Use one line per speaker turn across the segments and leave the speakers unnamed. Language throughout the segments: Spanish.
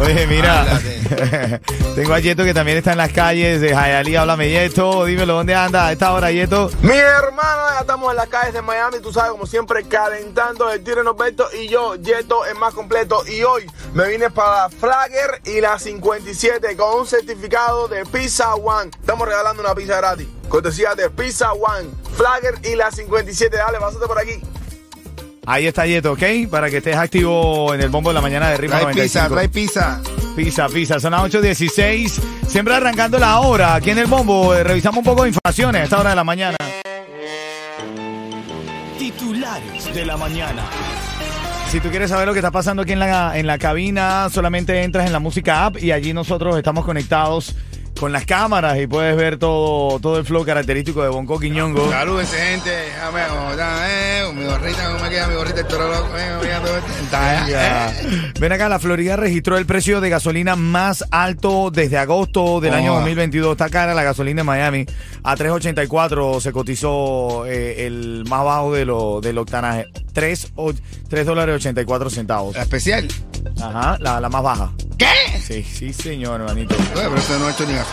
Oye, mira. tengo a Yeto que también está en las calles de Jayalí. Háblame, Yeto. Dímelo, ¿dónde anda a esta hora, Yeto?
Mi hermano, ya estamos en las calles de Miami, tú sabes, como siempre, calentando el tiro en Roberto y yo, Yeto, es más completo. Y hoy me vine para Flagger y la 57 con un certificado de Pizza One. Estamos regalando una pizza gratis. Cortesía de Pizza One, Flagger y la 57. Dale, pásate por aquí.
Ahí está Yeto, ¿ok? Para que estés activo en el bombo de la mañana de Ritmo
Trae pizza,
95.
trae pizza.
Pisa, pisa, son las 8.16. Siempre arrancando la hora. Aquí en el bombo eh, revisamos un poco de informaciones a esta hora de la mañana.
Titulares de la mañana.
Si tú quieres saber lo que está pasando aquí en la, en la cabina, solamente entras en la música app y allí nosotros estamos conectados con las cámaras y puedes ver todo, todo el flow característico de Bonco Quiñongo.
Saludos, gente. Déjame, eh, mi gorrita, ¿cómo me queda mi gorrita? El toro loco,
eh,
venga, venga, todo
Ya. ¿eh? Ven acá, la Florida registró el precio de gasolina más alto desde agosto del
Oh.
año 2022. Está cara la gasolina en Miami. A 3.84 se cotizó eh, el más bajo de lo, del octanaje. 3, o- 3 dólares 84 centavos.
Eh.
especial.
Ajá, la, la más baja.
¿Qué?
Sí, sí, señor, hermanito.
pero eso no ha hecho ni gasolina.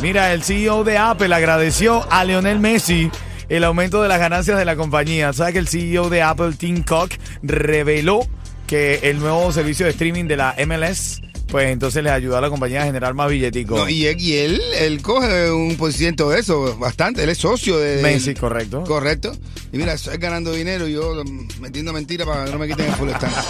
Mira, el CEO de Apple agradeció a Lionel Messi el aumento de las ganancias de la compañía. ¿Sabes que el CEO de Apple, Tim Cook, reveló que el nuevo servicio de streaming de la MLS, pues entonces les ayudó a la compañía a generar más billetico?
No, y, él, y él, él coge un por ciento de eso, bastante. Él es socio de.
Messi, correcto.
Correcto. Y mira, estoy ganando dinero y yo mm, metiendo mentiras para que no me quiten el full stand.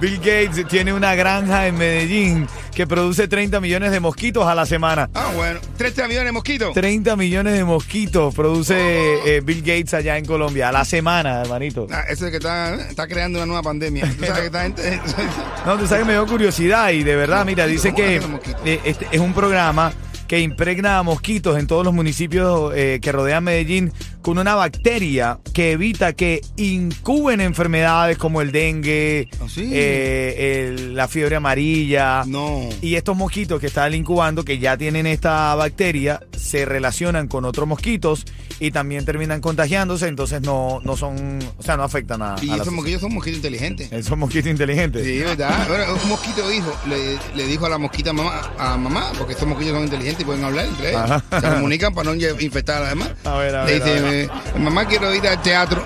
Bill Gates tiene una granja en Medellín que produce 30 millones de mosquitos a la semana.
Ah, bueno. 30 millones de mosquitos.
30 millones de mosquitos produce eh, Bill Gates allá en Colombia a la semana, hermanito.
Ah, eso es que está, está creando una nueva pandemia. Tú sabes que esta gente.
No, tú sabes que me dio curiosidad y de verdad, mira, dice que
¿Cómo hacen los mosquitos?
eh, este es un programa que impregna a mosquitos en todos los municipios eh, que rodean Medellín con una bacteria que evita que incuben enfermedades como el dengue,
¿Ah, sí?
eh, el- la fiebre amarilla.
no.
Y estos mosquitos que están incubando, que ya tienen esta bacteria, se relacionan con otros mosquitos y también terminan contagiándose, entonces no, no son, o sea, no afectan a,
Y
a la
esos
sociedad.
mosquitos son mosquitos inteligentes.
Esos mosquitos inteligentes.
Sí, ¿verdad? Bueno, un mosquito dijo, le, le dijo a la mosquita mamá, a mamá, porque estos mosquitos son inteligentes y pueden hablar entre ellos.
Ajá.
Se comunican para no lle- infectar a las demás.
A ver, a
le
ver, a
dice,
ver.
eh, mamá, quiero ir al teatro.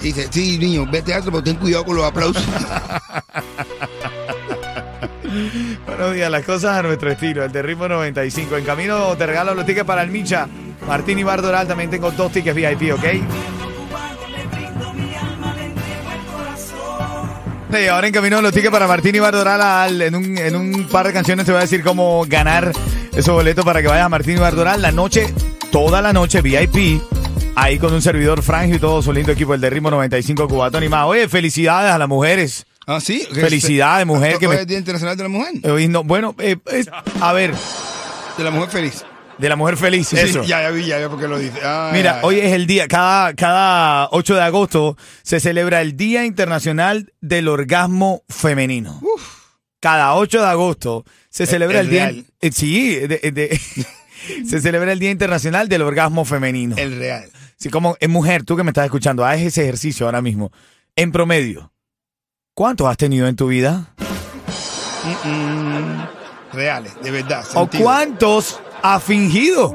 Y dice, sí, niño, ve al teatro, pero ten cuidado con los aplausos.
Buenos días, las cosas a nuestro estilo, el de ritmo 95. En camino te regalo los tickets para el Micha. Martín y Bardoral también tengo dos tickets VIP, ¿ok? Sí, ahora en camino los tickets para Martín y Bardoral. al- en, un, en un par de canciones te voy a decir cómo ganar esos boletos para que vayas a Martín y Bardoral la noche, toda la noche VIP. Ahí con un servidor Frangio y todo su lindo equipo, el de ritmo 95 Cubatón y más. Oye, felicidades a las mujeres.
ah, sí. que
Felicidades,
se-
mujer, que
Hoy
me-
es el Día Internacional de la Mujer.
Hoy no- bueno, eh, es- a ver,
De la mujer feliz.
de la mujer feliz,
Sí,
eso.
ya, ya vi, ya vi porque lo dice. Ah,
Mira,
ya, ya.
hoy es el día, cada, cada 8 de agosto se celebra el Día Internacional del Orgasmo Femenino. Cada 8 de agosto se celebra el,
el
día.
real.
eh, sí, de- de- se celebra el Día Internacional del Orgasmo Femenino.
El real.
Sí, como es mujer, tú que me estás escuchando, haz ese ejercicio ahora mismo. En promedio, ¿cuántos has tenido en tu vida?
Mm, mm, reales, de verdad.
¿O
sentido.
cuántos ha fingido.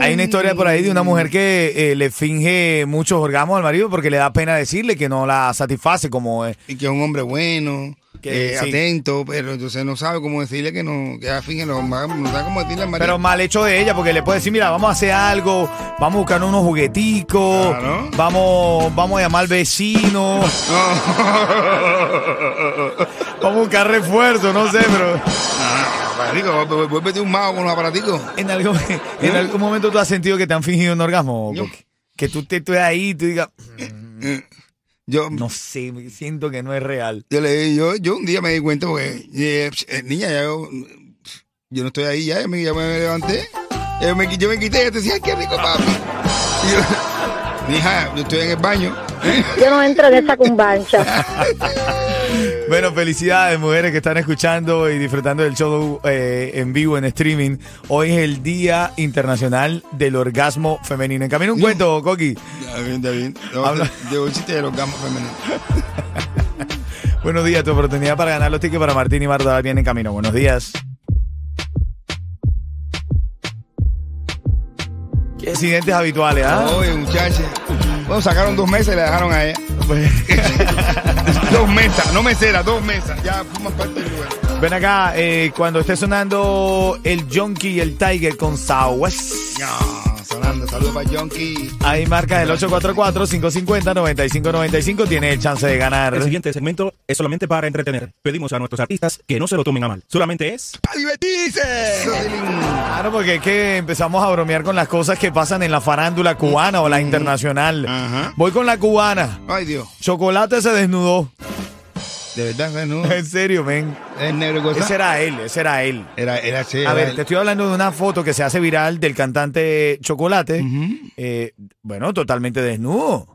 Hay una historia por ahí de una mujer que eh, le finge muchos orgasmos al marido porque le da pena decirle que no la satisface como eh, es.
Y que es un hombre bueno,
Que
eh,
sí.
atento, pero entonces no sabe cómo decirle que no, que a fin no sabe cómo decirle al marido.
Pero mal hecho de ella, porque le puede decir, mira, vamos a hacer algo, vamos a buscar unos jugueticos,
Claro.
vamos, vamos a llamar al vecino, vamos a buscar refuerzo, no sé, pero
Marico, vu- vu- vuélvete un mago con los aparaticos.
en algún, en algún momento tú has sentido que te han fingido un orgasmo.
¿Eh? No.
Coqui? Que tú te estés ahí y tú digas,
Yo,
no sé, me siento que no es real.
yo, le, yo, yo un día me di cuenta porque, eh, psh, eh, niña, ya yo, yo no estoy ahí, ya, ya me, ya me levanté. Yo me, qui- yo me quité, yo te decía, "Ay, qué rico, papi. Y yo, Mija, yo estoy en el baño.
Yo no entro en esa cumbancha.
Bueno, felicidades, mujeres que están escuchando y disfrutando del show eh, en vivo, en streaming. Hoy es el Día Internacional del Orgasmo Femenino. Encamina un cuento, Coqui.
Está bien, está bien.
Habla-
De un chiste de los gamos femeninos.
Buenos días, tu oportunidad para ganar los tickets para Martín y Marta viene en camino. Buenos días. Incidentes habituales, ¿ah?
Oye, muchacha. Bueno, sacaron dos mesas y la dejaron a ella.
Pues,
dos mesas, no meseras, dos mesas. Ya fuman parte del lugar.
Ven acá, eh, cuando esté sonando el Junkie y el Tiger con Sawas.
Ya, sonando. Saludos para Jonky.
Ahí marcas el 844-550-9595. Tiene el chance de ganar.
El siguiente segmento es solamente para entretener. Pedimos a nuestros artistas que no se lo tomen a mal. Solamente es
¡Para
Eh.
divertirse!
Claro, porque es que empezamos a bromear con las cosas que pasan en la farándula cubana o la internacional.
Mm. Ajá.
Voy con la cubana.
Ay, Dios.
Chocolate se desnudó.
De verdad, ¿sabes? no.
En serio, men.
Es negro cosa.
Ese era él, ese era él.
Era, era así.
A
era
ver,
él.
te estoy hablando de una foto que se hace viral del cantante Chocolate.
Mm,
eh, bueno, totalmente desnudo.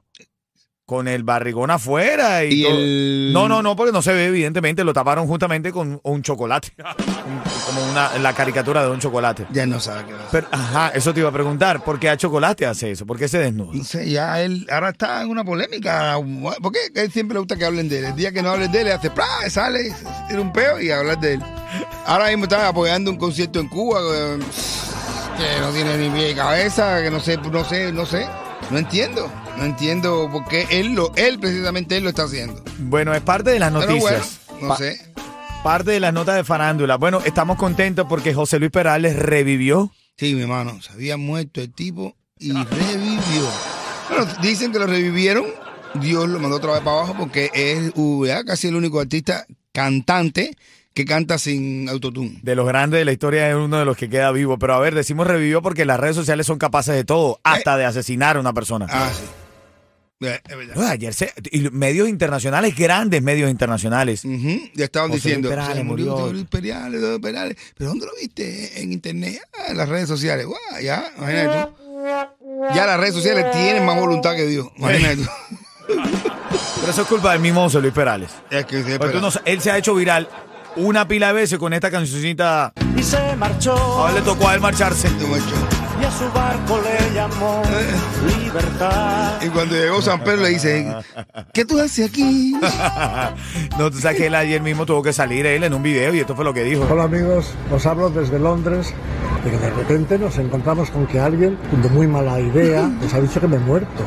Con el barrigón afuera. Y,
Y
todo.
el-
No, no, no, porque no se ve, evidentemente. Lo taparon justamente con un chocolate. Un- como una, la caricatura de un chocolate.
Ya no sabe qué va a hacer.
Pero, ajá, eso te iba a preguntar. ¿Por qué a chocolate hace eso? ¿Por qué se desnuda?
No sé, ya él ahora está en una polémica. Porque a él siempre le gusta que hablen de él. El día que no hablen de él, hace ¡pra! sale, tiene un peo y hablar de él. Ahora mismo está apoyando un concierto en Cuba eh, que no tiene ni pie ni cabeza, que no sé, no sé, no sé. No entiendo. No entiendo por qué él, lo, él precisamente él lo está haciendo.
Bueno, es parte de las
Pero bueno,
noticias.
no
Pa-
sé.
Parte de las notas de farándula. Bueno, estamos contentos porque José Luis Perales revivió.
Sí, mi hermano, se había muerto el tipo y revivió. Bueno, dicen que lo revivieron, Dios lo mandó otra vez para abajo porque es uh, ya casi el único artista cantante que canta sin autotune.
De los grandes de la historia es uno de los que queda vivo. Pero a ver, decimos revivió porque las redes sociales son capaces de
Eh.
todo, hasta de asesinar a una persona.
Ah, sí. Eh, Es verdad.
No, ayer se- y medios internacionales, grandes medios internacionales.
Ujú, Ya estaban
José Luis
diciendo,
Perales
se murió
murió.
José Luis Perales, José Luis Perales. ¿Pero dónde lo viste? En internet, ah, en las redes sociales. Guau, ya, imagínate tú. Ya las redes sociales tienen más voluntad que Dios. Imagínate tú.
Pero eso es culpa del mismo José Luis Perales.
Es que José
Porque tú no
Perales.
sa- él se ha hecho viral una pila de veces con esta cancioncita. Y se marchó. Ahora le tocó a él marcharse.
Este macho. Eh. Y cuando llegó San Pedro le dice, ¿qué tú haces aquí?
no, tú sabes que él ayer mismo tuvo que salir él en un video y esto fue lo que dijo.
Hola amigos, os hablo desde Londres, pero de repente nos encontramos con que alguien de muy mala idea nos ha dicho que me he muerto.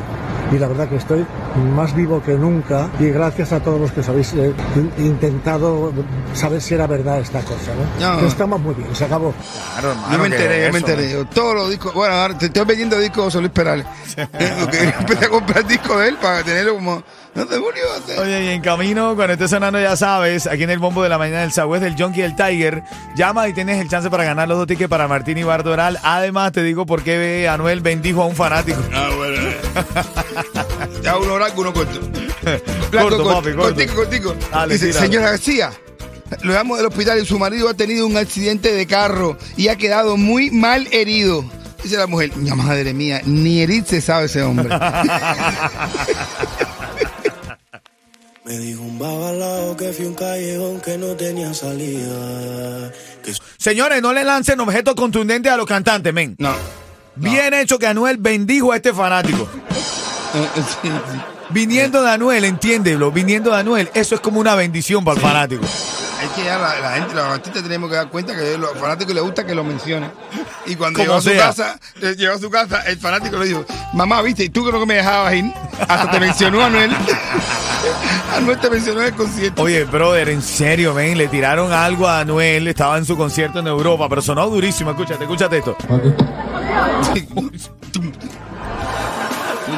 Y la verdad que estoy más vivo que nunca y gracias a todos los que os habéis eh, in- intentado saber si era verdad esta cosa. ¿no?
No.
Estamos muy bien, se acabó.
Claro, hermano,
Yo me
que
enteré, yo me
eso,
enteré. Yo, todos los discos, bueno, ahora te estoy vendiendo discos de José Luis Perales. Eh, porque empecé a comprar discos de él para tenerlo como, no te murió. te-
Oye, y en camino, cuando estés sonando, ya sabes, aquí en el bombo de la mañana del Sagüez del Junkie y el Tiger, llama y tienes el chance para ganar los dos tickets para Martín y Bardoral. Además, te digo por qué Anuel bendijo a un fanático.
Ah, bueno. Ya uno blanco, uno corto. Blanco,
Corto,
corto,
papi, corto.
Cortico, cortico.
Dale,
Dice,
tíralo.
señora García, lo llamo del hospital y su marido ha tenido un accidente de carro y ha quedado muy mal herido. Dice la mujer, "Ña, madre mía, ni herir se sabe ese hombre.
Me dijo un babalao que fui un callejón que no tenía salida. Que
Señores, no le lancen objetos contundentes a los cantantes, men.
No.
Bien hecho que Anuel bendijo a este fanático.
Eh, eh, sí, sí.
Viniendo de Anuel, entiéndelo, viniendo de Anuel, eso es como una bendición para el fanático.
es que ya la, la gente, los artistas tenemos que dar cuenta que a los fanáticos les gusta que lo mencionen. Y cuando
Como
llegó a su
sea.
casa, eh, llegó a su casa, el fanático le dijo, mamá, viste, ¿y tú creo que me dejabas ir? Hasta te mencionó Anuel. Anuel te mencionó en el concierto.
Oye, brother, en serio, ven, le tiraron algo a Anuel, estaba en su concierto en Europa, pero sonó durísimo, escúchate, escúchate esto.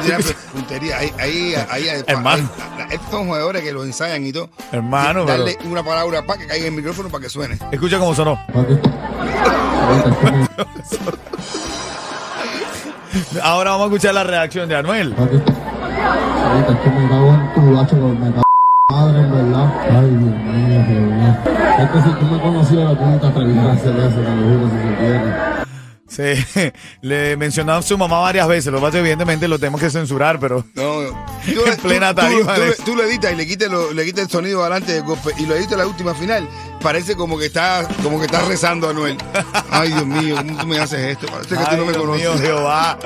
Ya, pues, puntería. Ahí, ahí, ahí, ahí-
Hermano.
ahí- estos son jugadores que lo ensayan y todo.
Hermano, pero-
Darle una palabra para que caiga en el micrófono para que suene.
Escucha cómo sonó. Ahora vamos a escuchar la reacción de Anuel.
Ahorita que Este me cago en tu gacho, me cago en tu madre, en verdad. Ay, Dios mío, Dios mío. Es que si tú me conocieras, tú nunca te atreverías a hacer eso, te lo juro, si se quiere.
Se, le mencionaba a su mamá varias veces, lo que pasa es que evidentemente lo tenemos que censurar, pero...
No, tú
En plena
tú- tú-
tarima
tú-
de-
tú lo editas y le quitas lo- le quitas el sonido adelante del golpe y lo editas en la última final. Parece como que está, como que está rezando Anuel. Ay, Dios mío, ¿cómo tú me haces esto? Parece que tú
Ay,
no me
Dios
conoces.
mío, Jehová.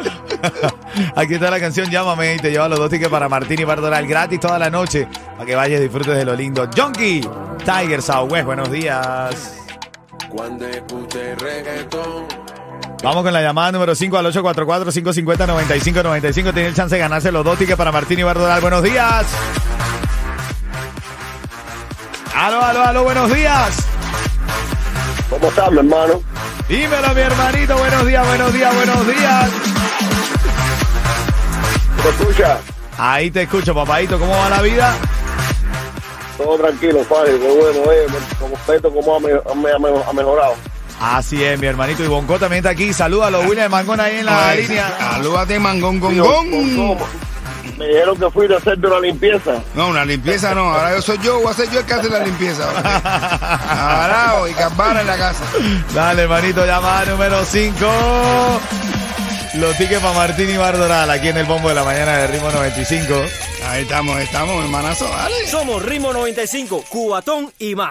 Aquí está la canción Llámame y te lleva los dos tickets para Martín y Bardoral gratis toda la noche para que vayas y disfrutes de lo lindo. Junkie, Tiger Southwest, buenos días.
Cuando escuché reggaetón,
Vamos con la llamada número 5 al 844-550-9595. Tiene el chance de ganarse los dos tickets para Martín y Bardoral. Buenos días. Aló, aló, aló, buenos días.
¿Cómo estás, mi hermano?
Dímelo, mi hermanito. Buenos días, buenos días, buenos días.
¿Me escuchas?
Ahí te escucho, papadito. ¿Cómo va la vida?
Todo tranquilo, padre. Qué bueno, eh. Como esto, cómo ha, me- ha me- ha me- ha mejorado.
Así es, mi hermanito. Y Bonco también está aquí. Salúdalo, William Mangón ahí en la
Pues,
Oye,
línea.
Salúdate, Mangón
Digo, ¿cómo? Me dijeron que fuiste a hacerte una limpieza.
No, una limpieza no. Ahora yo soy yo, voy a ser yo el que hace la limpieza. ahora. Arao y Cambara en la casa.
Dale, hermanito, llamada número 5. Los tickets para Martín y Bardoral aquí en el bombo de la mañana de Ritmo 95.
Ahí estamos, estamos, hermanazo.
Somos Ritmo 95, Cubatón y más.